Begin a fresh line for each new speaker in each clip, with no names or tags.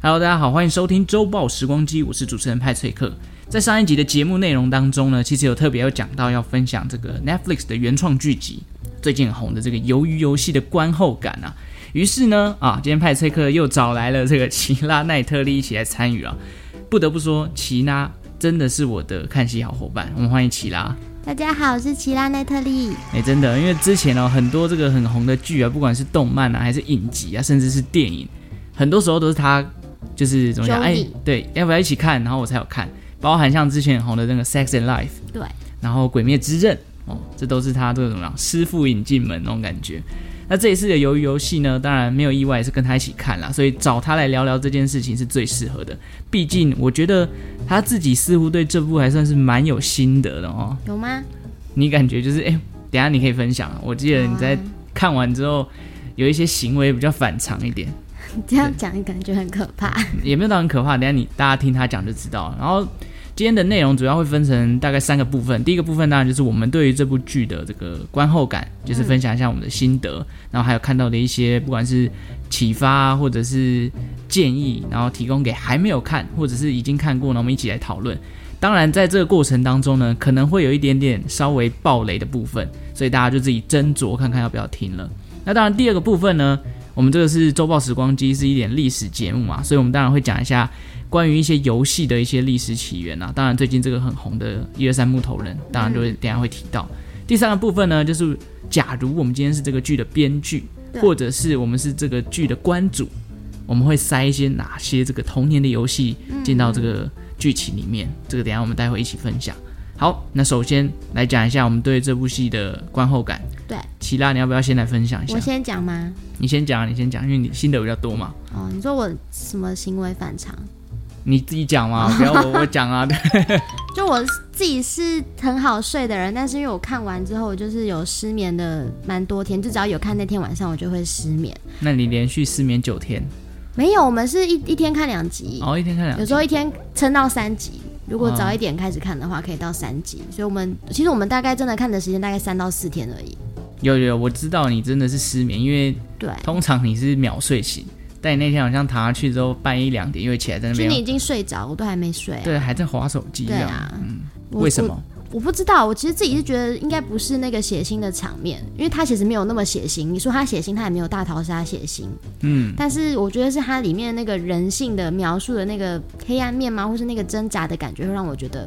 Hello，大家好，欢迎收听周报时光机，我是主持人派翠克。在上一集的节目内容当中呢，其实有特别有讲到要分享这个 Netflix 的原创剧集，最近很红的这个《鱿鱼游戏》的观后感啊。于是呢，啊，今天派翠克又找来了这个齐拉奈特利一起来参与啊。不得不说，齐拉真的是我的看戏好伙伴，我们欢迎齐拉。
大家好，我是奇拉内特利。
哎、真的，因为之前哦，很多这个很红的剧啊，不管是动漫啊，还是影集啊，甚至是电影，很多时候都是他就是怎么讲？哎、
Jody
对，要不要一起看？然后我才有看，包含像之前很红的那个《Sex and Life》，
对，
然后《鬼灭之刃》哦，这都是他这种啊师傅引进门那种感觉。那这一次的鱿鱼游戏呢，当然没有意外也是跟他一起看啦，所以找他来聊聊这件事情是最适合的。毕竟我觉得他自己似乎对这部还算是蛮有心得的哦。
有吗？
你感觉就是哎、等一下你可以分享啊。我记得你在看完之后有一些行为比较反常一点，
你这样讲感觉很可怕。
也没有到很可怕。等一下你大家听他讲就知道了。然后今天的内容主要会分成大概三个部分，第一个部分当然就是我们对于这部剧的这个观后感，就是分享一下我们的心得，然后还有看到的一些不管是启发啊或者是建议，然后提供给还没有看或者是已经看过，然后我们一起来讨论。当然，在这个过程当中呢，可能会有一点点稍微爆雷的部分，所以大家就自己斟酌看看要不要听了。那当然，第二个部分呢，我们这个是周报时光机，是一点历史节目嘛，所以我们当然会讲一下关于一些游戏的一些历史起源啊。当然，最近这个很红的一二三木头人，当然就会等一下会提到。第三个部分呢，就是假如我们今天是这个剧的编剧，
对
或者是我们是这个剧的关主，我们会塞一些哪些这个童年的游戏进到这
嗯
个剧情里面？这个等一下我们待会一起分享。好，那首先来讲一下我们对这部戏的观后感。
对，
齐拉，你要不要先来分享一
我
下？
先讲吗？
你先讲啊，你先讲，因为你心得比较多嘛，
哦，你说我什么行为反常？
你自己讲 嘛，不要我我讲啊。
就我自己是很好睡的人，但是因为我看完之后，我就是有失眠的蛮多天，就只要有看那天晚上，我就会失眠。
那你连续失眠九天，
没有，我们是一一天看两集，
哦，一天看两
有时候一天撑到三集。如果早一点开始看的话，可以到三集。所以我们其实我们大概真的看的时间大概三到四天而已。
有有有，我知道你真的是失眠，因为
对，
通常你是秒睡醒，但你那天好像躺下去之后半夜一两点又会起来在那
就
边
你，已经睡着，我都还没睡、啊。
对，还在划手机这
对
样。
啊，我
为什么？
我不知道，我其实自己是觉得应该不是那个血腥的场面，因为它其实没有那么血腥。你说它血腥，它也没有大逃杀血腥，
嗯，
但是我觉得是它里面那个人性的描述的那个黑暗面吗，或是那个挣扎的感觉，会让我觉得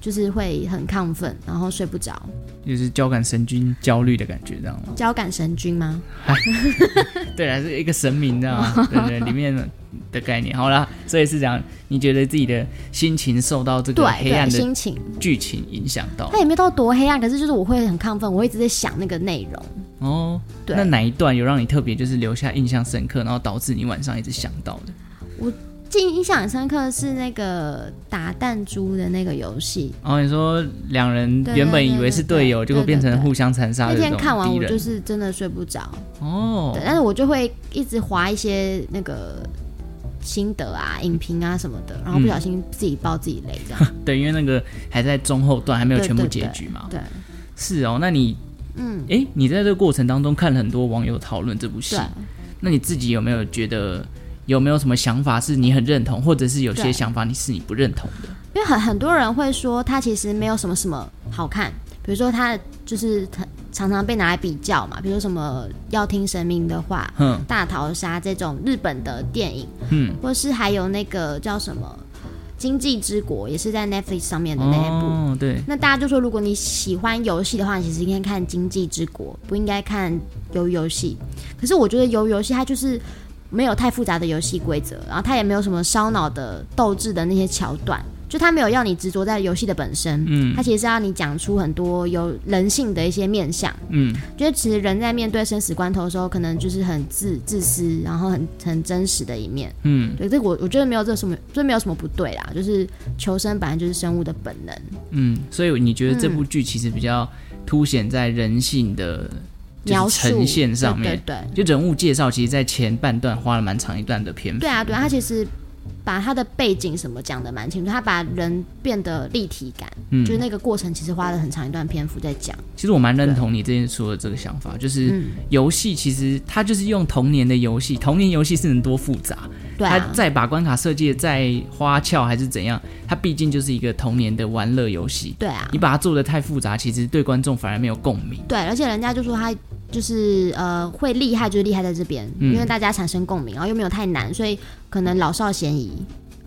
就是会很亢奋，然后睡不着，
就是交感神经焦虑的感觉，这样 吗？
交感神经吗？
对啊，是一个神明，这样吗？对对，里面的概念。好啦，所以是这样，你觉得自己的心情受到这
对
个黑
对，
暗的
心情
剧情影响到
它？也没有到多黑暗，可是就是我会很亢奋，我会一直在想那个内容。
哦，
对
那哪一段有让你特别就是留下印象深刻，然后导致你晚上一直想到的？
记忆印象很深刻的是那个打弹珠的那个游戏，
然哦后你说两人原本以为是队友，
对对对对
结果变成互相残杀
那
的这
天
种
看完
敌
我就
人。
是真的睡不着，
哦
对，，但是我就会一直划一些那个心得啊、影评啊什么的，然后不小心自己爆自己雷这 样。
对，因为那个还在中后段，还没有全部
对对
结
对
局嘛。
对，
是哦，那你，
嗯，
哎，你在这个过程当中看了很多网友讨论这部戏
对，，
那你自己有没有觉得有没有什么想法是你很认同，或者是有些
对
想法你是你不认同的？
因为很很多人会说它其实没有什么什么好看，比如说它就是很常常被拿来比较嘛，比如说什么要听神明的话、
哼，
大逃杀这种日本的电影，
嗯，
或是还有那个叫什么《经济之国》，也是在 Netflix 上面的那一部。
哦，对，
那大家就说，如果你喜欢游戏的话，你其实应该看《经济之国》，不应该看《鱿鱼游戏》。可是我觉得《鱿鱼游戏》它就是没有太复杂的游戏规则，然后它也没有什么烧脑的斗志的那些桥段，就它没有要你执着在游戏的本身。
嗯
它其实是要你讲出很多有人性的一些面相，
嗯，
就是其实人在面对生死关头的时候，可能就是很自自私，然后很很真实的一面。
嗯
对，这个我我觉得没有这什么，这没有什么不对啦，就是求生本来就是生物的本能。
嗯，所以你觉得这部剧其实比较凸显在人性的就是
描述
呈现上面，
对对对
就人物介绍，其实在前半段花了蛮长一段的篇幅。
对啊，对啊，它其实把他的背景什么讲的蛮清楚，他把人变得立体感，
嗯
就是那个过程其实花了很长一段篇幅在讲。
其实我蛮认同你这件说的这个想法，就是
嗯
游戏其实它就是用童年的游戏，童年游戏是能多复杂，
对
它
啊，
再把关卡设计得再花俏还是怎样，它毕竟就是一个童年的玩乐游戏。
对啊，
你把它做的太复杂，其实对观众反而没有共鸣。
对，而且人家就说他就是呃会厉害，就是厉害在这边，
嗯
因为大家产生共鸣，然后又没有太难，所以可能老少咸宜。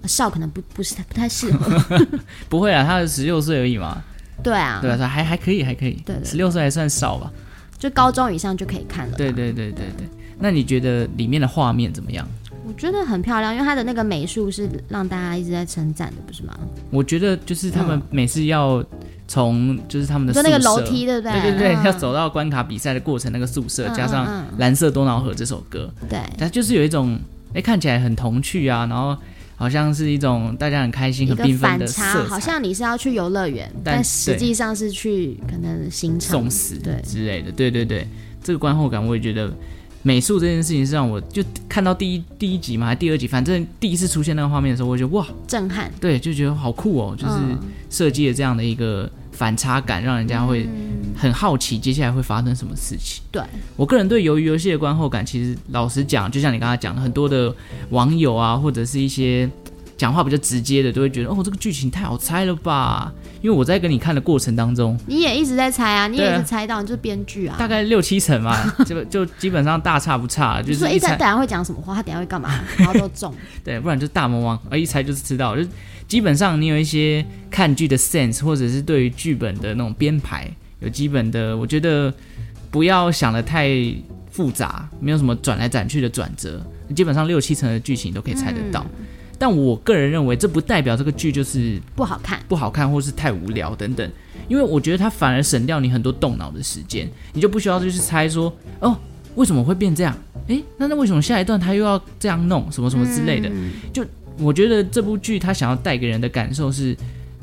呃少可能不不是不太适合，
不会啊，他十六岁而已嘛，
对啊，
对啊，他还还可以，还可以
对，对
十六岁还算少吧？
就高中以上就可以看了。
对对对对对。那你觉得里面的画面怎么样？
我觉得很漂亮，因为它的那个美术是让大家一直在称赞的，不是吗？
我觉得就是他们每次要从就是他们的
嗯就那个
宿舍
楼梯，对不对？
对对对，
嗯
要走到关卡比赛的过程，那个宿舍
嗯
加
嗯
上
嗯
《蓝色多瑙河》这首歌，
对
它就是有一种哎看起来很童趣啊，然后好像是一种大家很开心、
一
很
个
缤纷
反
的
差，
色
好
彩
像你是要去游乐园，
但
但实际上是去可能行程
送。死
对
之类的，对对对，这个观后感我也觉得。美术这件事情是让我就看到第一第一集嘛，还是第二集，反正第一次出现那个画面的时候，我就觉得哇，
震撼，
对，就觉得好酷哦，就是
嗯
设计了这样的一个反差感，让人家会很好奇接下来会发生什么事情。
嗯对
我个人对鱿鱼游戏的观后感，其实老实讲，就像你刚才讲的，很多的网友啊，或者是一些讲话比较直接的，都会觉得哦，这个剧情太好猜了吧？因为我在跟你看的过程当中，
你也一直在猜啊，你
对
也
啊
一直猜到，你就是编剧啊。
大概六七成 嘛，就就基本上大差不差，就
你说
是
一
一
猜，
猜
等下会讲什么话，他等下会干嘛， 然后都中。
对，不然就是大魔王，而一猜就是知道，就是基本上你有一些看剧的 sense，或者是对于剧本的那种编排有基本的，我觉得不要想的太复杂，没有什么转来转去的转折，基本上六七成的剧情都可以猜得到。但我个人认为，这不代表这个剧就是
不好看，
不好看或是太无聊等等，因为我觉得它反而省掉你很多动脑的时间，你就不需要就是猜说哦为什么会变这样，诶，那那为什么下一段他又要这样弄什么什么之类的，
嗯
就我觉得这部剧它想要带给人的感受是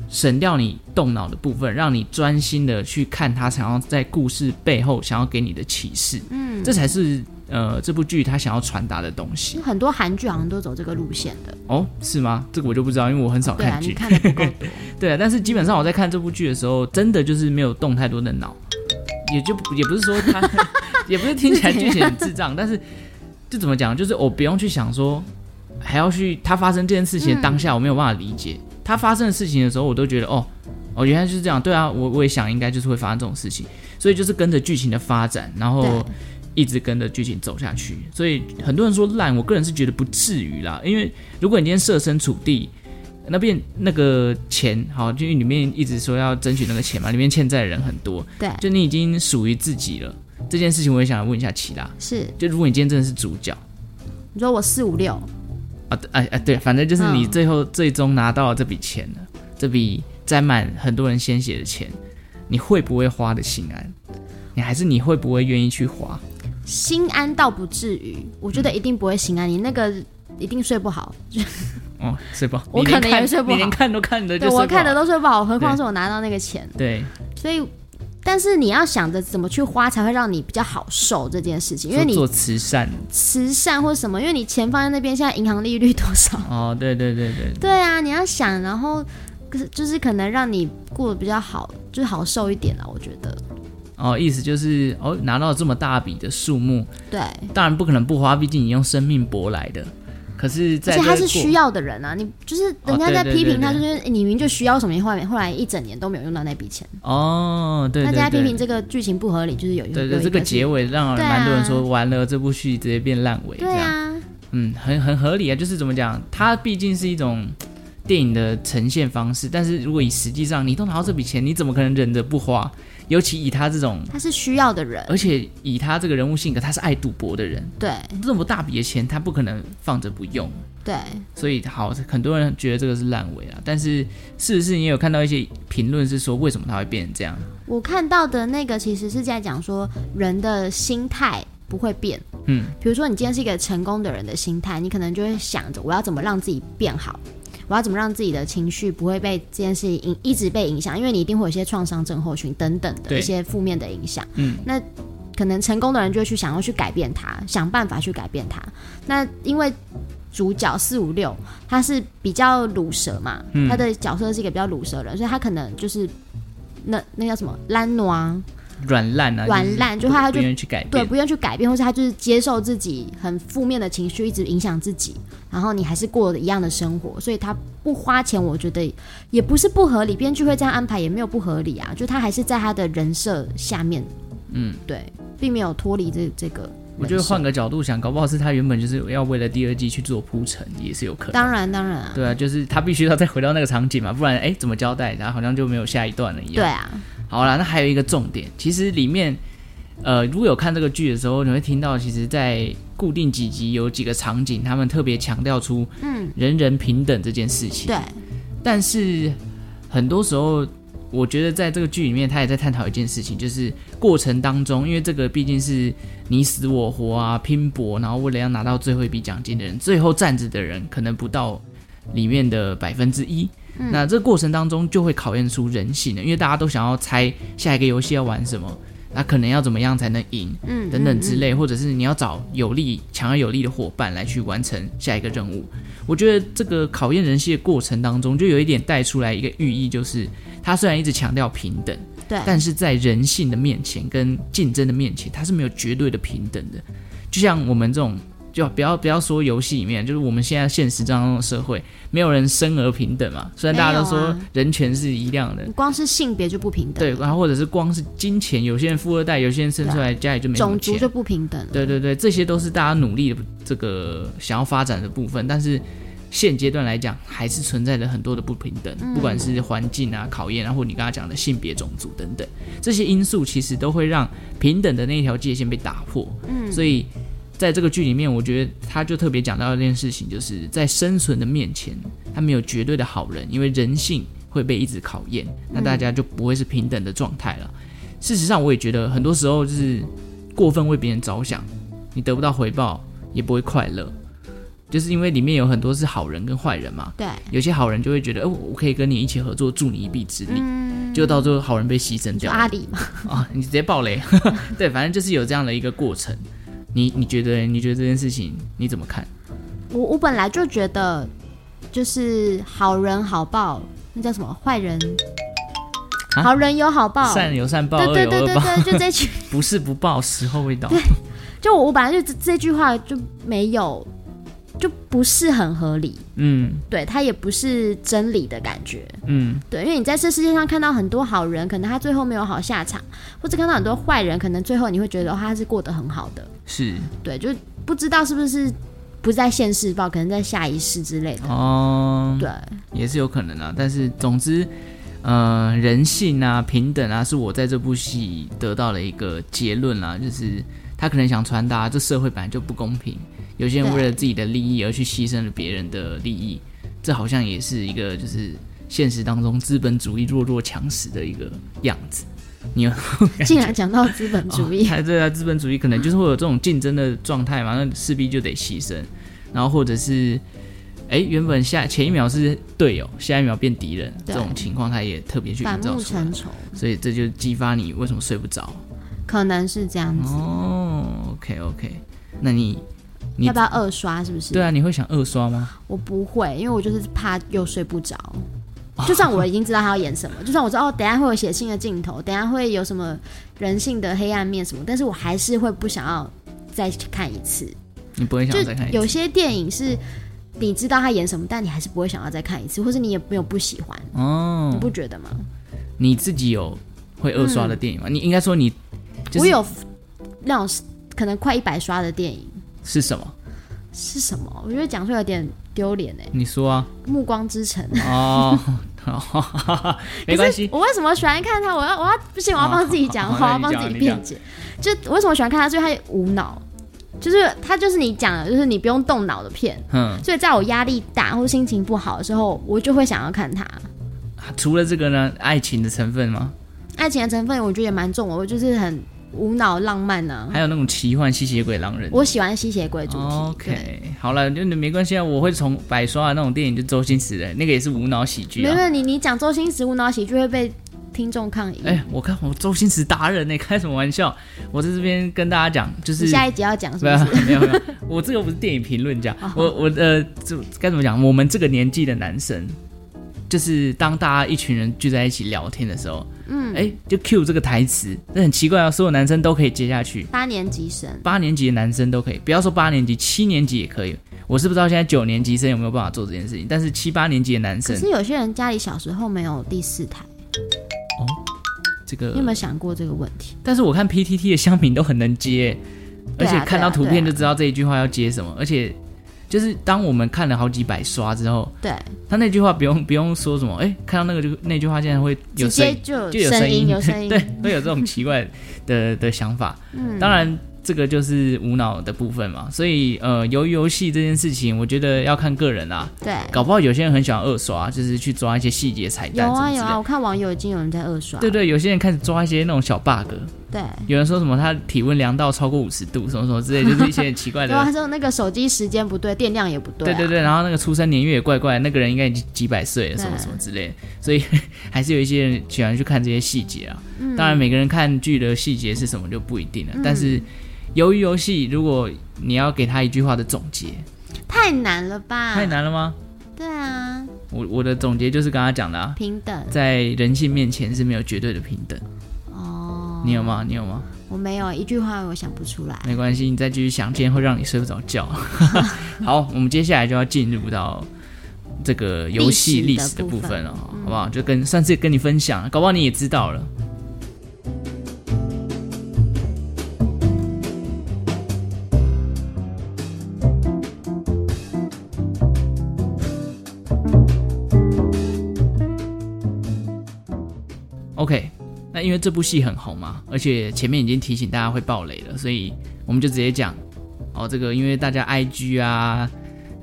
省掉你动脑的部分，让你专心的去看他想要在故事背后想要给你的启示，嗯，这才是呃这部剧它想要传达的东
其
西
实很多韩剧好像都走这个路线的。
哦，是吗？这个我就不知道，因为我很少
对啊，
看
你
剧。
看的不够 多。
对啊，但是基本上我在看这部剧的时候，真的就是没有动太多的脑，也就也不是说它，也不是听起来剧情很智障，但是就怎么讲，就是我不用去想说还要去它发生这件事情的当下，我没有办法理解它发生的事情的时候，我都觉得哦。哦，原来就是这样，对啊，我我也想应该就是会发生这种事情，所以就是跟着剧情的发展，然后
对
一直跟着剧情走下去。所以很多人说烂，我个人是觉得不至于啦，因为如果你今天设身处地，那边那个钱，好，就因为里面一直说要争取那个钱嘛，里面欠债的人很多，
对，
就你已经属于自己了。这件事情我也想问一下齐拉，
是
就如果你今天真的是主角
你说我四五六，
啊，对哎哎对，反正就是你
嗯
最后最终拿到了这笔钱了，这笔沾满很多人鲜血的钱，你会不会花的心安？你还是你会不会愿意去花？
心安倒不至于，我
嗯
觉得一定不会心安，你那个一定睡不好。
哦，睡不好，
我
你连
可能也
看
睡不好
你连看都看的就睡
对
不
我
好
看的都睡不好，何况是我拿到那个钱。
对，
所以，但是你要想着怎么去花才会让你比较好受这件事情，因为
说做
你
慈善
慈善或什么，因为你钱放在那边，现在银行利率多少？
哦，对对对对，
对啊，你要想，然后可是就是可能让你过得比较好，就是好受一点了。我觉得，
哦，意思就是哦，拿到这么大笔的数目，
对，
当然不可能不花，毕竟你用生命搏来的。可是
而
在这个
且
过，
他是需要的人啊，你就是人家
哦对
在
对
批评
对
他，就
对
是诶你明明就需要什么，后来后来一整年都没有用到那笔钱，
哦，对
大
对
家批
对，
评这个剧情不合理，就是有一
对
有一
对，这个
是
结尾让
对啊
蛮多人说完了这部剧直接变烂尾，这
对
样，
啊，
嗯，很很合理啊，就是怎么讲，它毕竟是一种。电影的呈现方式，但是如果以实际上你都拿到这笔钱，你怎么可能忍着不花？尤其以他这种，
他是需要的人，
而且以他这个人物性格，他是爱赌博的人，
对
这么大笔的钱，他不可能放着不用。
对，
所以好，很多人觉得这个是烂尾啊，但是事实是你也有看到一些评论是说为什么它会变成这样？
我看到的那个其实是在讲说人的心态不会变。
嗯，
比如说你今天是一个成功的人的心态，你可能就会想着我要怎么让自己变好，我要怎么让自己的情绪不会被这件事情影一直被影响，因为你一定会有一些创伤症候群等等的
对
一些负面的影响。
嗯，
那可能成功的人就会去想要去改变它，想办法去改变它。那因为主角四五六，他是比较卤蛇嘛，
嗯
他的角色是一个比较卤蛇人，所以他可能就是那那叫什么懒暖，
软烂啊，
软烂就他
他
就
不愿意去改
对，
变，
不愿意去改变，或是他就是接受自己很负面的情绪，一直影响自己，然后你还是过一样的生活，所以他不花钱，我觉得也不是不合理，编剧会这样安排也没有不合理啊，就他还是在他的人设下面，嗯，对，并没有脱离这这个人设。
我觉得换个角度想，搞不好是他原本就是要为了第二季去做铺陈，也是有可能。
当然当然啊，
对啊，就是他必须要再回到那个场景嘛，不然哎怎么交代？然后好像就没有下一段了一
对
样。
啊，
好啦，那还有一个重点，其实里面呃，如果有看这个剧的时候，你会听到，其实，在固定几集有几个场景，他们特别强调出嗯人人平等这件事情。
对，
但是很多时候，我觉得在这个剧里面，他也在探讨一件事情，就是过程当中，因为这个毕竟是你死我活啊，拼搏，然后为了要拿到最后一笔奖金的人，最后站着的人可能不到里面的百分之一。那这个过程当中就会考验出人性的，因为大家都想要猜下一个游戏要玩什么，那可能要怎么样才能赢，
嗯，
等等之
嗯。嗯
类，或者是你要找有力、强而有力的伙伴来去完成下一个任务。我觉得这个考验人性的过程当中，就有一点带出来一个寓意，就是它虽然一直强调平等，
对，
但是在人性的面前跟竞争的面前，它是没有绝对的平等的。就像我们这种，就不要不要说游戏里面，就是我们现在现实当中的社会，没有人生而平等嘛。虽然大家都
没有
说
啊
人权是一样的，
你光是性别就不平等
对，
了，
然后或者是光是金钱，有些人富二代，有些人生出来家里就没什么
啊种
钱
族，就不平等了。
对对对，这些都是大家努力的这个想要发展的部分，但是现阶段来讲，还是存在着很多的不平等，不管是环境啊、考验啊，或你刚刚讲的性别、种族等等，这些因素其实都会让平等的那一条界限被打破。嗯，所以在这个剧里面，我觉得他就特别讲到一件事情，就是在生存的面前，他没有绝对的好人，因为人性会被一直考验，那大家就不会是平等的状态了。事实上，我也觉得很多时候就是过分为别人着想，你得不到回报，也不会快乐。就是因为里面有很多是好人跟坏人嘛，
对，
有些好人就会觉得，哦，我可以跟你一起合作，助你一臂之力，
嗯，
就到最后好人被牺牲
就
掉了
阿里嘛，
啊，你直接爆雷， 对，反正就是有这样的一个过程。你你觉得你觉得这件事情你怎么看？
我我本来就觉得，就是好人好报，那叫什么坏人？
啊
好人有好报，
善有善报，
对
恶
哦对
有
对
恶
对
报，
对，就这句，
不是不报，时候未到。
就我我本来就这这句话就没有，就不是很合理，
嗯
对，它也不是真理的感觉，
嗯，
对，因为你在这世界上看到很多好人，可能他最后没有好下场，或者看到很多坏人，可能最后你会觉得、哦、他是过得很好的，
是
对，就不知道是不是不在现世报，可能在下一世之类的，
哦，
对，
也是有可能啊。但是总之，呃，人性啊、平等啊，是我在这部戏得到了一个结论啦、就是他可能想传达这社会本来就不公平，有些人
对
为了自己的利益而去牺牲了别人的利益，这好像也是一个就是现实当中资本主义弱肉强食的一个样子。你有
竟然讲到资本主义，
哦、对啊，资本主义可能就是会有这种竞争的状态嘛，那势必就得牺牲，然后或者是，哎，原本下前一秒是队友，下一秒变敌人，这
对
种情况他也特别去
反
营造
目
出来
成，仇，
所以这就激发你为什么睡不着。
可能是这样子。
哦，OK OK，那你你
要不要二刷？是不是？
对啊，你会想二刷吗？
我不会，因为我就是怕又睡不着。
哦
就算我已经知道他要演什么，就算我知道哦，等一下会有血腥的镜头，等一下会有什么人性的黑暗面什么，但是我还是会不想要再看一次。
你不会想
就
要再看一次？
有些电影是你知道他演什么，但你还是不会想要再看一次，或是你也没有不喜欢，你
哦，
不觉得吗？
你自己有会二刷的电影吗？你应该说你就
嗯我
是
有那种可能快一百刷的电影
是什么？
是什么？我觉得讲出来有点丢脸哎，
你说啊，
《暮光之城》。
哦， 哦 没关系
可，是我为什么喜欢看他？我要我要不行，我要帮自己讲
好好
话，我要
好
帮自己辩解。就我为什么喜欢看他？就是他无脑，就是他就是你讲的，就是你不用动脑的片。
嗯。
所以在我压力大或心情不好的时候，我就会想要看他。
除了这个呢，爱情的成分吗？
爱情的成分我觉得也蛮重的，我就是很无脑浪漫呢、
还有那种奇幻吸血鬼狼人。
我喜欢吸血鬼主题。对
哦 OK，好了，就没关系啊，我会从百刷的那种电影，就周星驰的那个也是无脑喜剧
没有
啊
没。有你你讲周星驰无脑喜剧会被听众抗议。
哎、我看我周星驰达人呢、开什么玩笑？我在这边跟大家讲，就
你
是啊
下一集要讲 是
没
不
有
是？
没有没有，我这个不是电影评论 家，我我呃，这该怎么讲？我们这个年纪的男生，就是当大家一群人聚在一起聊天的时候，嗯，哎，就 cue 这个台词，那很奇怪啊，所有男生都可以接下去，
八年级生，
八年级的男生都可以，不要说八年级，七年级也可以。我是不知道现在九年级生有没有办法做这件事情，但是七八年级的男
可
生，
是有些人家里小时候没有第四台，
这
你有
个
没，有想过这个问题？
但是我看 PTT 的香品都很能接，而
对啊
且看到
对啊
图
对
片
啊
就知道这一句话要接什么，而且就是当我们看了好几百刷之后，
对，
他那句话不用不用说什么，哎，看到那个就那句话竟然会有
直
声
接
音，
就
就有
声
声音
有声音，
对，会有这种奇怪的的想法。嗯，当然这个就是无脑的部分嘛，所以呃，由于游戏这件事情，我觉得要看个人啊啦、
对
搞不好有些人很喜欢二刷，就是去抓一些细节彩
有
蛋什么
啊
之类
有
的。
啊，我看网友已经有人在二刷，
对对，有些人开始抓一些那种小 bug，
对，
有人说什么他体温量到超过五十度，什么什么之类，就是一些很奇怪
对
的。
啊，他说那个手机时间不对，电量也不对、
对
啊，
对对，然后那个出生年月也怪怪，那个人应该已经几百岁了，什么
对
什么之类的，所以还是有一些人喜欢去看这些细节啊。
嗯
当然，每个人看剧的细节是什么就不一定了。但是，由于游戏，如果你要给他一句话的总结，
太难了吧？
太，难了吗？
对啊，
我我的总结就是刚刚讲的啊，
平等
在人性面前是没有绝对的平等。
哦，
你有吗？你有吗？
我没有一句话我想不出来，
没关系，你再继续想，今天会让你睡不着觉。 好，我们接下来就要进入到这个游戏历
历
史
史
的
的
部
部
分
分
了，好不好？就跟算是跟你分享，搞不好你也知道了。OK，那因为这部戏很红嘛，而且前面已经提醒大家会爆雷了，所以我们就直接讲哦。这个因为大家 IG 啊、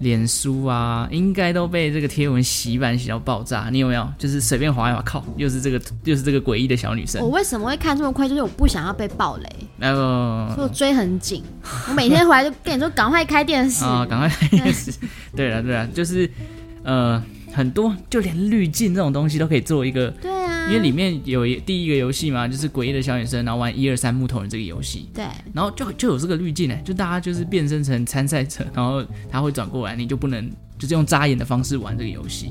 脸书啊，应该都被这个贴文洗版洗到爆炸。你有没有？就是随便划一划，靠，又是这个，又是这个诡异的小女
我
生。
为什么会看这么快？就是我不想要被暴雷，
那个
所以我追很紧，我每天回来就跟你说赶快开电视，
啊，赶快来电视。对了对了，就是呃，很多就连滤镜这种东西都可以做一个，
对啊，
因为里面有一第一个游戏嘛，就是诡异的小女生，然后玩一二三木头人这个游戏。
对
然后就就有这个滤镜呢，就大家就是变身成参赛者，然后他会转过来，你就不能就是用扎眼的方式玩这个游戏。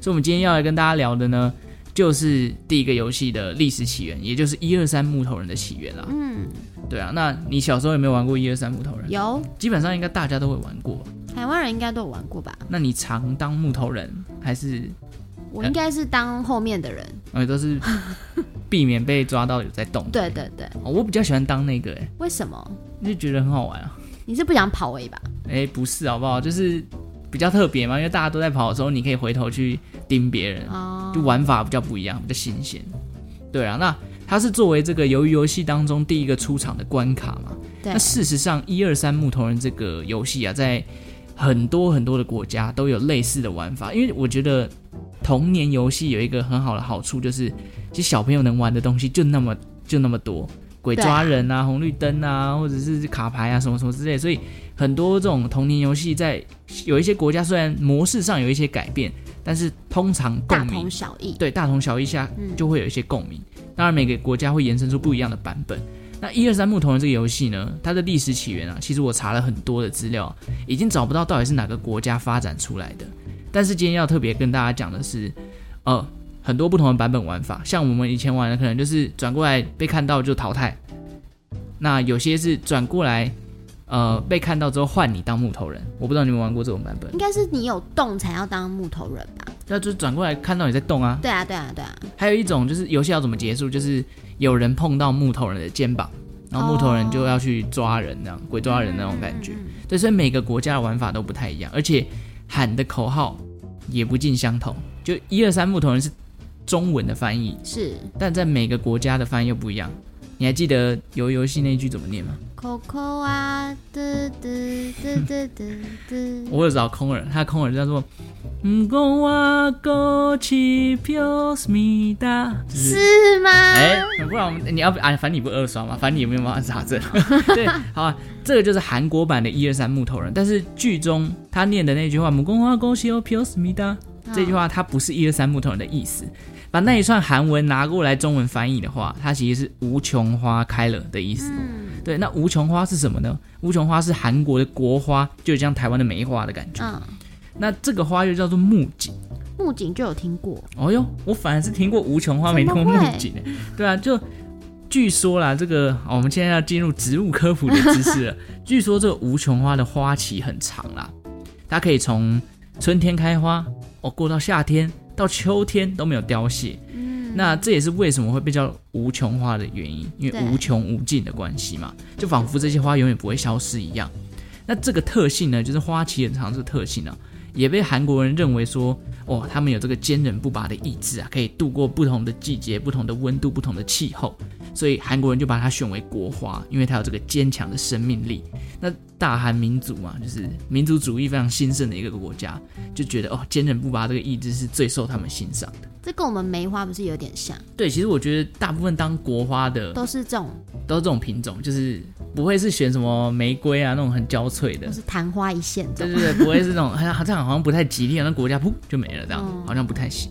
所以，我们今天要来跟大家聊的呢，就是第一个游戏的历史起源，也就是一二三木头人的起源啦。嗯，对啊，那你小时候有没有玩过一二三木头人？
有
基本上应该大家都会玩过。
台湾人应该都有玩过吧？
那你常当木头人，还是哎
我应该是当后面的人，
呃都是避免被抓到有在动？
对对对，
哦我比较喜欢当那个、欸，
为什么？
就觉得很好玩啊。
你是不想跑位吧？
哎，不是好不好？就是比较特别嘛，因为大家都在跑的时候，你可以回头去盯别人，
哦，
就玩法比较不一样，比较新鲜。对啊，那它是作为这个鱿鱼游戏当中第一个出场的关卡嘛？
对啊
那，事实上，一二三木头人这个游戏啊，在很多很多的国家都有类似的玩法，因为我觉得童年游戏有一个很好的好处，就是其实小朋友能玩的东西就那么 就那么多，鬼
对啊
抓人啊、红绿灯啊，或者是卡牌啊什么什么之类，所以很多这种童年游戏在有一些国家虽然模式上有一些改变，但是通常
大
共鸣
同小异，
对大同小异下就会有一些共鸣。当然，每个国家会延伸出不一样的版本。那一二三木头人这个游戏呢，它的历史起源啊，其实我查了很多的资料，啊已经找不到到底是哪个国家发展出来的。但是今天要特别跟大家讲的是，呃，很多不同的版本玩法，像我们以前玩的可能就是转过来被看到就淘汰，那有些是转过来，呃，被看到之后换你当木头人。我不知道你们玩过这种版本
应，该是你有动才要当木头人吧？
那就是转过来看到你在动啊，
对啊，对啊，对啊，
还有一种就是游戏要怎么结束，就是有人碰到木头人的肩膀，然后木头人就要去抓人，那样、鬼抓人那种感觉。
嗯
对，所以每个国家的玩法都不太一样，而且喊的口号也不尽相同。就一二三木头人是中文的翻译，
嗯是
但在每个国家的翻译又不一样。你还记得游游戏那一句怎么念吗？
Coco 啊，嘟嘟嘟嘟嘟嘟，
我有找空耳，他的空耳叫做“唔讲我过去飘思密达”，就是
是吗？
哎、不然我们你要不啊？反正你不二刷嘛，反正你有没有办法查证？对，好、啊，这个就是韩国版的一二三木头人，但是剧中他念的那句话“母公花恭喜哦，飘思密达”
嗯
这句话，它不是一二三木头人的意思。把那一串韩文拿过来中文翻译的话，它其实是“无穷花开了”的意思。
嗯
对，那无穷花是什么呢？无穷花是韩国的国花，就像台湾的梅花的感觉。
嗯，
那这个花又叫做木槿。
木槿就有听过，
哦哟，我反而是听过无穷花，没听过
怎么
木
会
槿欸。对啊，就据说啦，这个、哦我们现在要进入植物科普的知识了。 据说这个无穷花的花期很长啦，它可以从春天开花，哦，过到夏天到秋天都没有凋谢。嗯，那这也是为什么会被叫无穷花的原因，因为
对
无穷无尽的关系嘛，就仿佛这些花永远不会消失一样。那这个特性呢，就是花期很长这个特性呢、也被韩国人认为说，哦，他们有这个坚韧不拔的意志啊，可以度过不同的季节、不同的温度、不同的气候，所以韩国人就把它选为国花，因为它有这个坚强的生命力。那大韩民族嘛，就是民族主义非常兴盛的一个国家，就觉得哦，坚韧不拔这个意志是最受他们欣赏的。
这跟我们梅花不是有点像，
对，其实我觉得大部分当国花的
都是这种，
都是这种品种，就是不会是选什么玫瑰啊那种很娇脆的
都，是昙花一现这
对
种。
对对，不会是那种好像这样好像不太吉利，那国家噗就没了，这样、
嗯
好像不太行。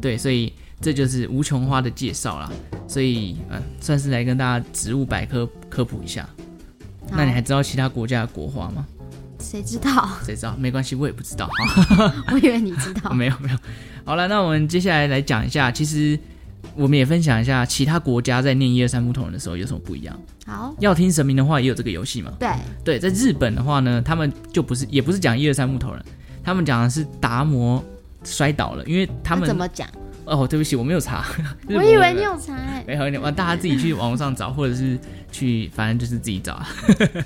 对，所以这就是无穷花的介绍啦。所以嗯，算是来跟大家植物百科科普一下。
好
那你还知道其他国家的国花吗？
谁知道？
谁知道？没关系，我也不知道。好
我以为你知 道。
啊没有没有。好了，那我们接下来来讲一下，其实我们也分享一下其他国家在念一二三木头人的时候有什么不一样。
好，
要听神明的话，也有这个游戏嘛？
对，
对，在日本的话呢，他们就不是也不是讲一二三木头人，他们讲的是达摩摔倒了，因为他
那
们
怎么讲？
哦，对不起，我没有查，日
我
文
以为你
没
有查欸。
没有你哇，大家自己去网络上找，或者是去，反正就是自己找。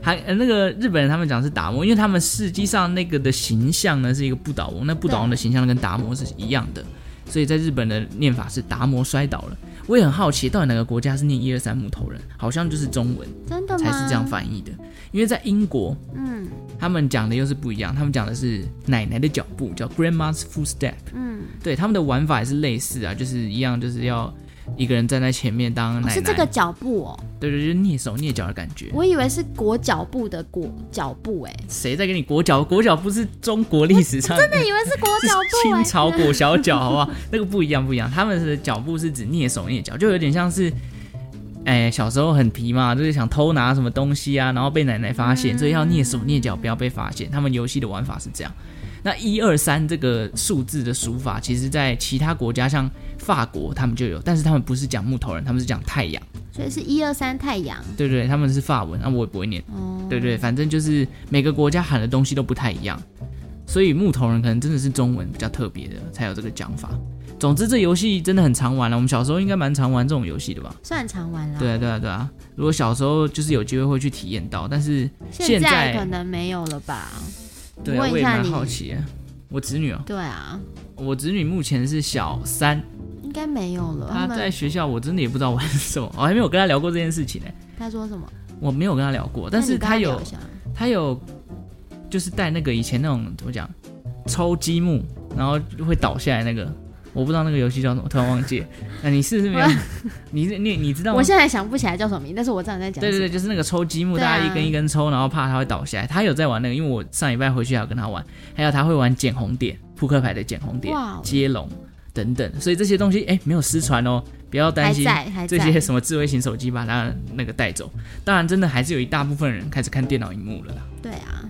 还呃那个日本人他们讲是达摩，因为他们实际上那个的形象呢是一个不倒翁，那不倒翁的形象跟达摩是一样的，所以在日本的念法是达摩摔倒了。我也很好奇，到底哪个国家是念一二三木头人？好像就是中文。
真的吗？
才是这样翻译的。因为在英国，
嗯
他们讲的又是不一样，他们讲的是奶奶的脚步，叫 grandma's footstep。
嗯，
对，他们的玩法也是类似啊，就是一样，就是要一个人站在前面当
哦
奶奶，
是这个脚步哦，
对对，就是蹑手蹑脚的感觉。
我以为是裹脚步的裹脚步，哎，
谁在给你裹脚？裹脚不是中国历史上
真的以为是裹脚 步，
清
哎，
朝裹小脚，好不好？那个不一样，不一样。他们的脚步是指蹑手蹑脚，就有点像是，哎、小时候很皮嘛，就是想偷拿什么东西啊，然后被奶奶发现，所以要蹑手蹑脚，不要被发现。他们游戏的玩法是这样。那一二三这个数字的数法，其实在其他国家，像法国他们就有，但是他们不是讲木头人，他们是讲太阳，
所以是一二三太阳。
对不对？他们是法文，那、我也不会念。
哦，
对对，反正就是每个国家喊的东西都不太一样，所以木头人可能真的是中文比较特别的才有这个讲法。总之，这游戏真的很常玩了、我们小时候应该蛮常玩这种游戏的吧？
算常玩啦。
对啊，对啊，对啊。如果小时候就是有机会会去体验到，但是
现在
在
可能没有了吧？
对、啊、
问一
我也
下
蛮
你
好奇的。我侄女哦，
对啊，
我侄女目前是小三，
应该没有了。
她
他
在
们
学校我真的也不知道玩什么，我、还没有跟她聊过这件事情呢、
他说什么？
我没有跟她聊过，但
那你
是
跟
她
他
有
聊一下
他有就是带那个以前那种怎么讲，抽积木，然后会倒下来那个，我不知道那个游戏叫什么，突然忘记了。 那、你是不是 没有？你你你知道吗
我？现在想不起来叫什么名，但是我知道你在讲什
对
么。
对对，就是那个抽积木，
对
大
啊
家一根一根抽，然后怕它会倒下来。他有在玩那个，因为我上礼拜回去还有跟他玩，还有他会玩捡红点，扑克牌的捡红点
哇、哦
接龙等等，所以这些东西哎没有失传哦，不要担
还
心。
在还
这
在。
些什么智慧型手机把它那个带走，当然真的还是有一大部分人开始看电脑荧幕了啦。
对啊，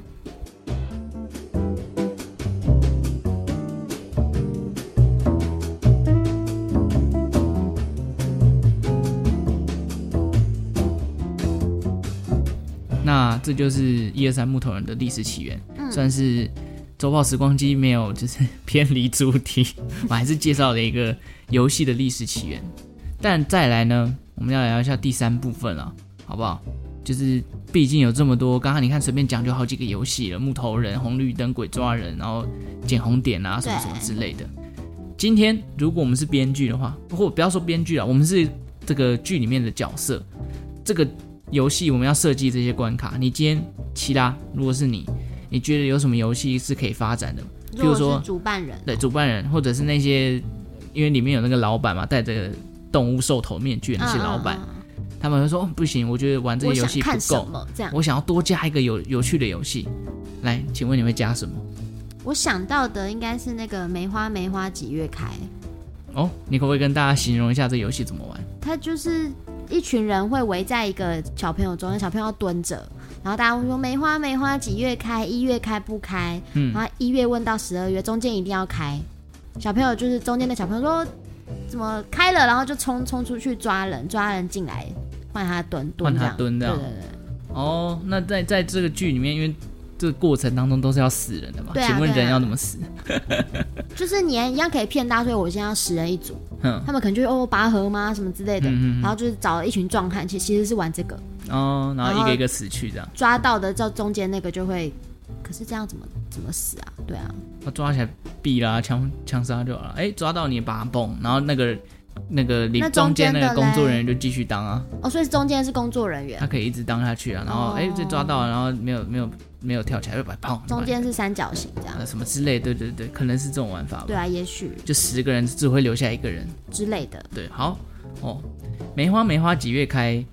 那这就是一二三木头人的历史起源，算是周报时光机没有就是偏离主题，我还是介绍了一个游戏的历史起源。但再来呢，我们要聊一下第三部分了，好不好？就是毕竟有这么多，刚刚你看随便讲就好几个游戏了，木头人、红绿灯、鬼抓人，然后捡红点啊，什么什么之类的。今天如果我们是编剧的话，或不要说编剧了，我们是这个剧里面的角色，这个游戏我们要设计这些关卡。你今天齐拉，如果是你，你觉得有什么游戏是可以发展的？比如
果
说
是主办人，
对，主办人或者是那些，因为里面有那个老板嘛，戴着动物兽头面具的那些老板，
嗯，嗯嗯
他们会说、哦不行，我觉得玩这
我
些游
想
戏不
看什
够，
么这样。
我想要多加一个有有趣的游戏。来，请问你会加什么？
我想到的应该是那个梅花梅花几月开，
哦，你可不可以跟大家形容一下这游戏怎么玩？
它就是一群人会围在一个小朋友中间，小朋友要蹲着，然后大家会说梅花梅花几月开，一月开不开，
嗯
然后一月问到十二月，中间一定要开。小朋友就是中间的小朋友说怎么开了，然后就冲冲出去抓人，抓人进来换他蹲蹲
换
这
他
样，
蹲这
对
样
对对，
哦，那在在这个剧里面，因为这个过程当中都是要死人的嘛，
对啊
请问
对啊
人要怎么死？
就是你一样可以骗大家，所以我现在要十人一组，
哼，
他们可能就哦拔河吗什么之类的，
嗯
然后就是找了一群壮汉，其其实是玩这个，
哦，然
然
后
后
一个一个死去这样，
抓到的到中间那个就会，可是这样怎么怎么死啊？对啊，
他抓起来毙啦，枪枪杀就好了。哎，抓到你把他蹦，然后那个那个里
那
中
中
间
间
那个
的
工作
嘞
人员就继续当啊，
哦，所以中间是工作人员
他，可以一直当下去
哦
啊。然后哎，这抓到了，然后没有没有没有跳起来，就把他砰，
中间是三角形这样，
呃什么之类，对对对，可能是这种玩法吧
对。啊，也许
就十个人只会留下一个人，
之类的。
对，好哦，梅花梅花几月开？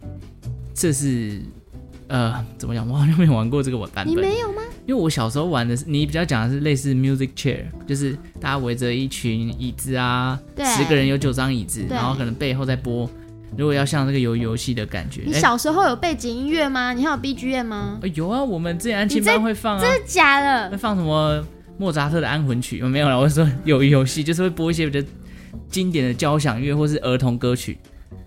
这是呃，怎么讲？我好像没有玩过这个版
你
本，
没有吗？
因为我小时候玩的是你比较讲的是类似 music chair，就是大家围着一群椅子啊，
对
十个人有九张椅子，
对
然后可能背后在播。如果要像这个游游戏的感觉，
你
哎
小时候有背景音乐吗？你还有 BGM 吗？
哎有啊，我们之前安
你
亲
在
班会放啊，
真的假的
会？放什么莫扎特的安魂曲？没有了，我是说有游戏就是会播一些比较经典的交响乐或是儿童歌曲。哦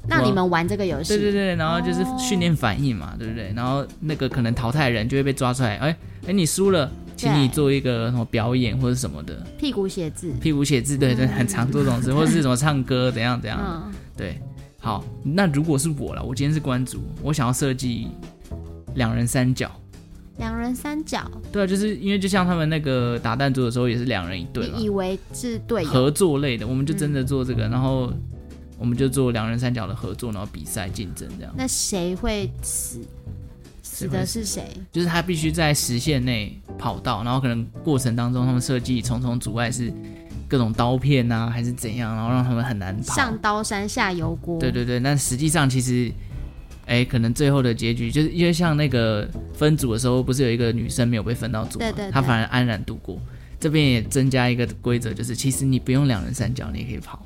让你们玩这个游
对对
戏，
对，然后就是训练反应嘛，对不对？然后那个可能淘汰的人就会被抓出来，哎哎，你输了，请你
对
做一个什么表演或者什么的，
屁股写字，
屁股写字，对对，很常做这种事，或者是什么唱歌怎样怎样，
嗯，
对。好，那如果是我了，我今天是关主，我想要设计两人三角。
两人三角，
对啊，就是因为就像他们那个打弹珠的时候也是两人一队嘛
你，以为是队友？
合作类的，我们就真的做这个，然后我们就做两人三角的合作，然后比赛竞争这样。
那谁会死？死的是谁？
就是他必须在时限内跑到，然后可能过程当中他们设计重重阻碍是各种刀片啊，还是怎样，然后让他们很难跑。啊
上刀山下油锅。
对对对，那实际上其实，哎，可能最后的结局就是因为像那个分组的时候，不是有一个女生没有被分到组嘛，
对对对
她反而安然度过。这边也增加一个规则，就是其实你不用两人三角，你也可以跑，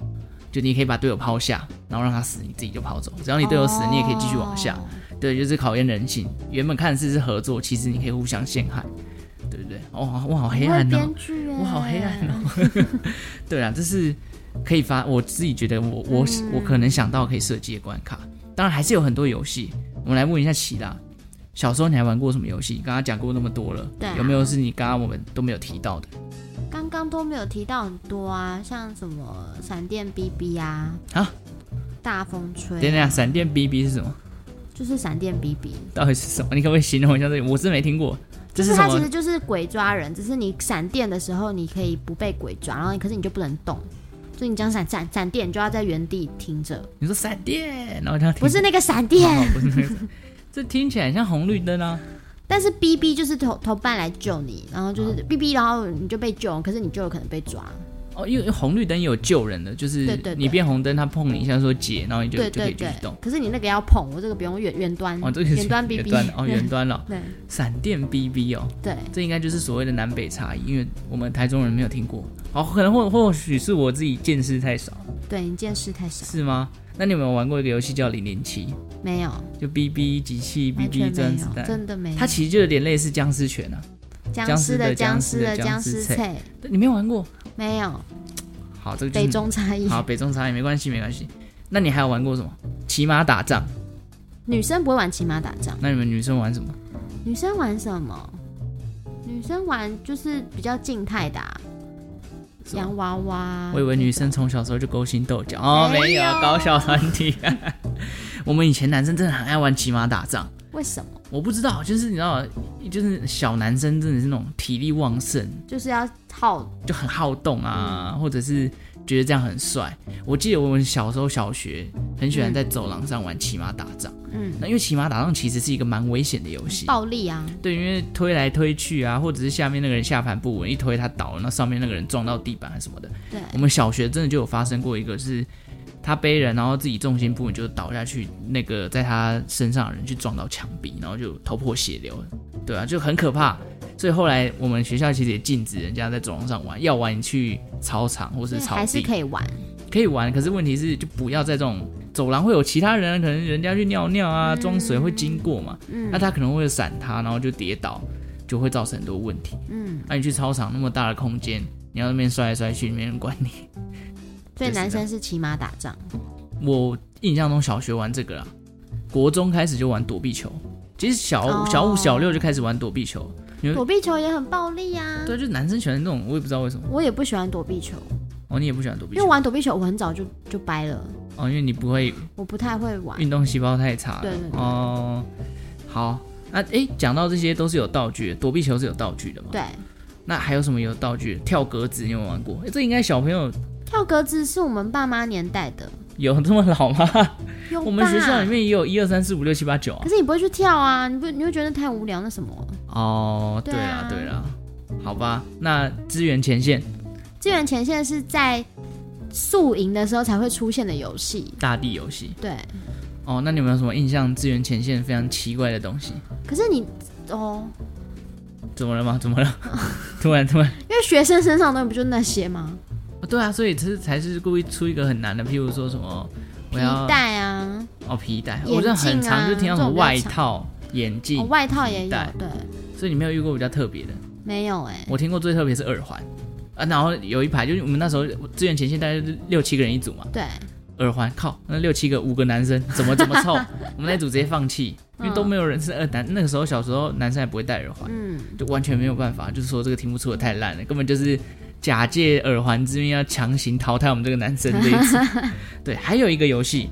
就你可以把队友抛下，然后让他死，你自己就跑走。只要你队友死，你也可以继续往下。
哦
对，就是考验人性。原本看似是合作，其实你可以互相陷害，对不对？哦，我好黑
我会
暗哦
编，剧耶
我好黑暗哦。对啊，这是可以发，我自己觉得我我、我
嗯
可能想到可以设计的关卡。当然还是有很多游戏，我们来问一下齐啦。小时候你还玩过什么游戏？刚刚讲过那么多了，
对啊
有没有是你刚刚我们都没有提到的？
刚刚都没有提到很多啊，像什么闪电 BB 啊，
啊，
大风吹啊、
等一下，闪电 BB 是什么？
就是闪电 BB，
到底是什么？你可不可以形容一下这个？我是没听过，这
就
什
是它其
么
实？就是鬼抓人，只是你闪电的时候你可以不被鬼抓，然后可是你就不能动，所以你讲闪闪闪电，你就要在原地停着，
你说闪电，然后这样听
不是那个闪电，
哦不是那个，这听起来很像红绿灯啊。
但是 BB 就是头头伴来救你，然后就是
啊
BB，然后你就被救，可是你就有可能被抓，
哦，因为红绿灯也有救人的，就是
对对对
你变红灯，他碰你一下说姐，然后你就
对
就可
对
以继
对
续动。，
可是你那个要碰，我这个不用远远端，
哦，这个是
远端 BB，
远端哦，远端了，
对
闪电 BB 哦，
对，
这应该就是所谓的南北差异，因为我们台中人没有听过。哦，可能或或许是我自己见识太少，
对你见识太少，
是吗？那你有没有玩过一个游戏叫零零七？
没有。
就 BB 机器、
完全
BB
没
钻子
有，
弹，
真的没有。
它其实就有点类似僵尸拳啊。
僵尸的
僵
僵
尸的
尸的
僵
僵
尸
尸
菜
菜
你没有玩过？
没有，
好，这个就是
北中差异。
好，北中差异没关系，没关系。那你还有玩过什么？骑马打仗？
女生不会玩骑马打仗，
那你们女生玩什么？
女生玩什么？女生玩就是比较静态的、啊，
什么
洋娃娃。
我以为女生从小时候就勾心斗角哦，没
没
有
有
搞小团体。 我们以前男生真的很爱玩骑马打仗，
为什么？
我不知道，就是你知道，就是小男生真的是那种体力旺盛，
就是要耗
就很好动啊，或者是觉得这样很帅。我记得我们小时候小学很喜欢在走廊上玩骑马打仗，
嗯，
那因为骑马打仗其实是一个蛮危险的游戏，
暴力啊，
对，因为推来推去啊，或者是下面那个人下盘不稳，一推他倒了，那上面那个人撞到地板什么的。
对，
我们小学真的就有发生过一个是，他背人，然后自己重心不稳就倒下去，那个在他身上的人去撞到墙壁，然后就头破血流，对啊，就很可怕。所以后来我们学校其实也禁止人家在走廊上玩，要玩你去操场或
所
是
以
草
还是
地，
可以玩。
可以可以玩，可是问题是就不要在这种走廊会有其他人，可能人家去尿尿啊、
嗯
装水会经过嘛，那他可能会闪他，然后就跌倒，就会造成很多问题。
嗯，
那、你去操场那么大的空间，你要那边摔来摔去，没人管你。就
所以
是
男
这
生是骑马打仗，
我印象中小学玩这个啦，国中开始就玩躲避球。其实小
哦
小五、小六就开始玩躲避球，对
躲避球也很暴力啊。
对，就是男生喜欢那种，我也不知道为什么。
我也不喜欢躲避球，
哦，你也不喜欢躲避
因为
球
玩躲避球我很早就就掰了，
哦，因为你不会
我不太会玩。
运动细胞太差了。
对对对
哦，好，那诶，讲到这些都是有道具的，躲避球是有道具的嘛？。
对，那
那还有什么有道具？跳格子你有没有玩过？诶这应该小朋友
跳格子是我们爸妈年代的，
有这么老吗？
有
我们
吧
学校里。面也有一二三四五六七八九 啊
可。是你不会去跳啊，你不你会觉得太无聊那什么？
哦，对啦，
对啊
对啦，好吧，那支援前线
资源前线是在宿营的时候才会出现的游戏，
大地游戏。
对。
哦，那你有没有什么印象支援前线非常奇怪的东西？
可是你哦，
怎么了吗？怎 么 了？突然突然、
因为学生身上的东西不就那些吗？
哦对啊，所以这是才是故意出一个很难的，譬如说什么
皮
我要
带啊，
哦皮带，
眼
我真的很
镜啊
常就听到什么
这种比较
外套、眼
哦、
镜，
外套也
皮
有
带，
对，
所以你没有遇过比较特别的。
没有哎、
我听过最特别是耳环啊，然后有一排就是我们那时候支援前线大概就是六七个人一组嘛，
对，
耳环靠那六七个五个男生怎么怎么 凑，我们那组直接放弃，因为都没有人是二男，那个时候小时候男生还不会戴耳环。
嗯，
就完全没有办法，就是说这个题目出的太烂了，根本就是假借耳环之名要强行淘汰我们这个男生这一次。对，还有一个游戏，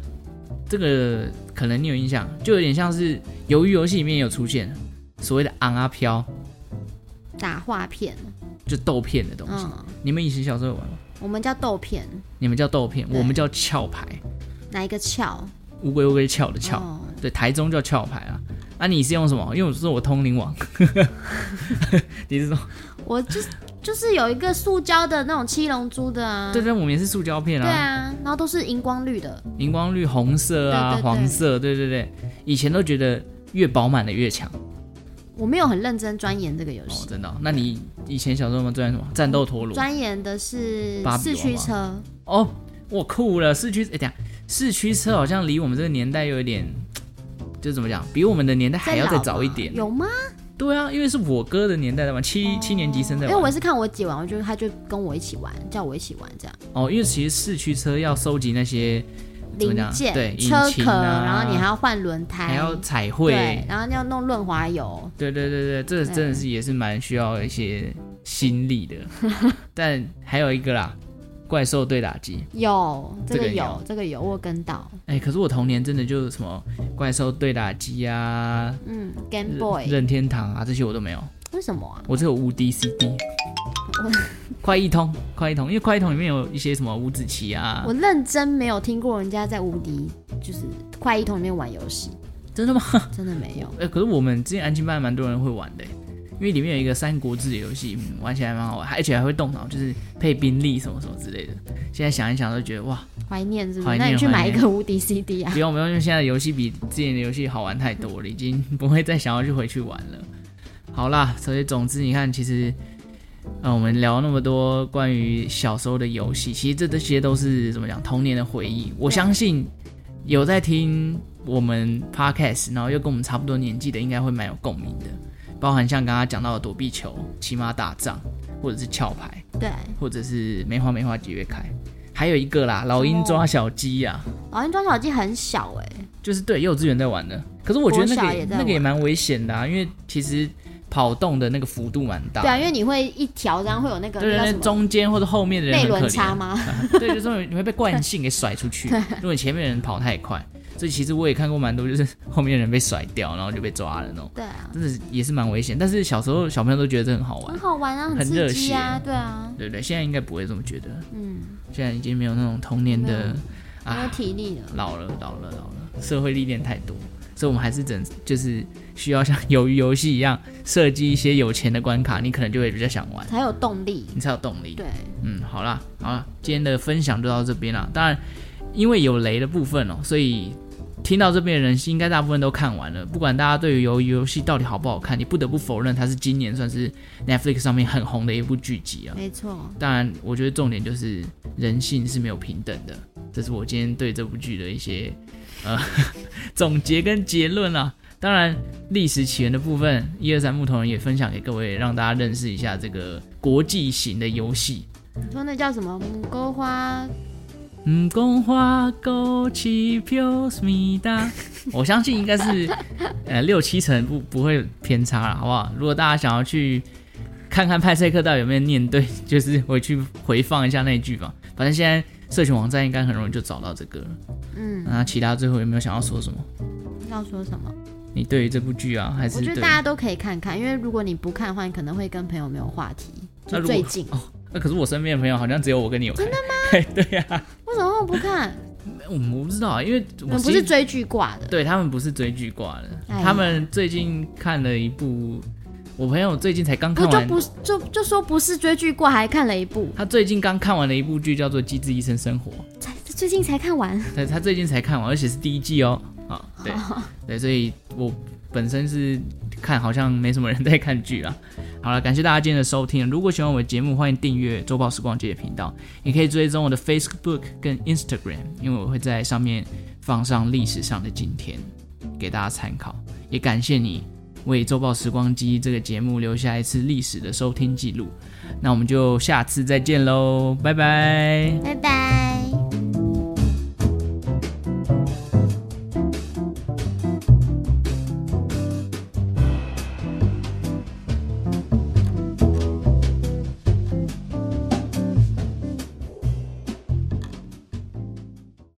这个可能你有印象，就有点像是鱿鱼游戏里面有出现所谓的昂啊飘，
打画片，
就豆片的东西。
嗯，
你们以前小时候有玩吗？
我们叫豆片，
你们叫豆片，
对
我们叫壳牌，
哪一个翘？
乌龟乌龟壳的壳。
哦
对，台中叫壳牌啊。啊，你是用什么？因为我是我通灵王，你是说？
我就是就是有一个塑胶的那种七龙珠的啊，
对对，我们也是塑胶片
对啊，然后都是荧光绿的，
荧光绿、红色啊、
对对对
黄色，对对对，以前都觉得越饱满的越强
我没有很认真钻研这个游
哦
戏，，
真的哦、那你以前小时候有没有钻什么战斗陀螺？
钻研的是
芭比
四
娃娃
驱车，
哦，我酷了，市区哎，等一下市区车好像离我们这个年代有一点，就怎么讲，比我们的年代还要再
老
早
吗
一点。
有吗？
对啊，因为是我哥的年代的嘛，七、七年级生在
因
玩。
为我也是看我姐玩，我就她就跟我一起玩，叫我一起玩这样。
哦，因为其实市区车要收集那些，怎么
零
讲
件、
对
车
引擎
壳，
啊
然后你还要换轮胎，
还要彩绘
对，，然后要弄润滑油。
对对对对，这
对
真的是也是蛮需要一些心力 的。但还有一个啦，怪兽对打机。
有这
这
个
个
有
有
这个有，我有跟到，
哎、可是我童年真的就是什么怪兽对打机啊、
嗯，Game Boy，
任天堂啊这些我都没有，
为什么啊？
我只有无敌 CD
我。
快一通，快一通，因为快一通里面有一些什么五子棋啊
我，认真没有听过人家在无敌就是快一桶里面玩游戏，
真的吗？
真 的没有。
哎、可是我们之前安亲班蛮多人会玩的、因为里面有一个《三国志》的游戏，嗯玩起来蛮好玩，而且还会动脑，就是配兵力什么什么之类的。现在想一想都觉得哇，
怀念是不
怀
是？
念
那你去买一
怀
个无敌 CD 啊
不？用不用，因为现在的游戏比之前的游戏好玩太多了，已经不会再想要去回去玩了。好啦，所以总之你看，其实，呃，我们聊那么多关于小时候的游戏，其实这这些都是怎么讲童年的回忆。我相信有在听我们 podcast，然后又跟我们差不多年纪的，应该会蛮有共鸣的。包含像刚刚讲到的躲避球、骑马打仗，或者是翘牌，
对，
或者是梅花梅花几月开，还有一个啦，老鹰抓小鸡啊呀、
老鹰抓小鸡很小哎、
就是对幼稚园在玩的，可是我觉得那
国小
个
也在玩
那个也蛮危险的、啊，因为其实跑动的那个幅度蛮大。
对啊，因为你会一条，然后会有那个
对
那
对
叫
对，
什么
中间或者后面的人
内
很可
轮差
怜，啊
吗？
对，就是你会被惯性给甩出 去。如果你前面的人跑太快，所以其实我也看过蛮多，就是后面的人被甩掉，然后就被抓了那种，
对啊，
真的是也是蛮危险。但是小时候小朋友都觉得这很好玩
很，好玩啊，
很热
刺激啊，对啊，
对不对？现在应该不会这么觉得，
嗯，
现在已经没有那种童年
没
的
没有
啊，
体力了。
老了，老了，老了，社会历练太多，所以我们还是整就是需要像鱿鱼游戏一样设计一些有钱的关卡，你可能就会比较想玩，
才有动力。
你才有动力。
对，
嗯，好啦，好啦，今天的分享就到这边啦。当然，因为有雷的部分哦，所以听到这边的人应该大部分都看完了。不管大家对于游游戏到底好不好看，你不得不否认它是今年算是 Netflix 上面很红的一部剧集啊。
没错，
当然，我觉得重点就是人性是没有平等的，这是我今天对这部剧的一些呃 总结跟结论啊。当然，历史起源的部分，一二三木头人也分享给各位，让大家认识一下这个国际型的游戏。
你说那叫什么母沟花？
嗯，公花枸杞飘思密达，我相信应该是呃六七成不不会偏差了，好不好？如果大家想要去看看派赛克到底有没有念对， 就是回去回放一下那一句吧。反正现在社群网站应该很容易就找到这个了。
嗯，
那其他最后有没有想要说什么？
要说什么？
你对于这部剧啊，还是
我觉
对
得大家都可以看看，因为如果你不看的话，你可能会跟朋友没有话题。
那
就
如果
最近
哦？那可是我身边的朋友好像只有我跟你有看。真的吗？对呀、
为什么他们不 看？
我我不知道啊，因为
你
我
嗯们不
其实
是追剧挂的？
对他们不是追剧挂的，
哎呀
他们最近看了一部，我朋友最近才刚
不
看
哦就
完，
不就就说不是追剧挂，还看了一部，
他最近刚看完了一部剧叫做《机智医生生活》，
才最近才看完。
他他最近才看完，而且是第一季哦，啊，对 对，所以我本身是看好像没什么人在看剧啊。 好了，感谢大家今天的收听。如果喜欢我的节目，欢迎订阅《周报时光机》的频道，也可以追踪我的 Facebook 跟 Instagram，因为我会在上面放上历史上的今天，给大家参考。也感谢你为《周报时光机》这个节目留下一次历史的收听记录。那我们就下次再见喽，拜拜。
拜拜。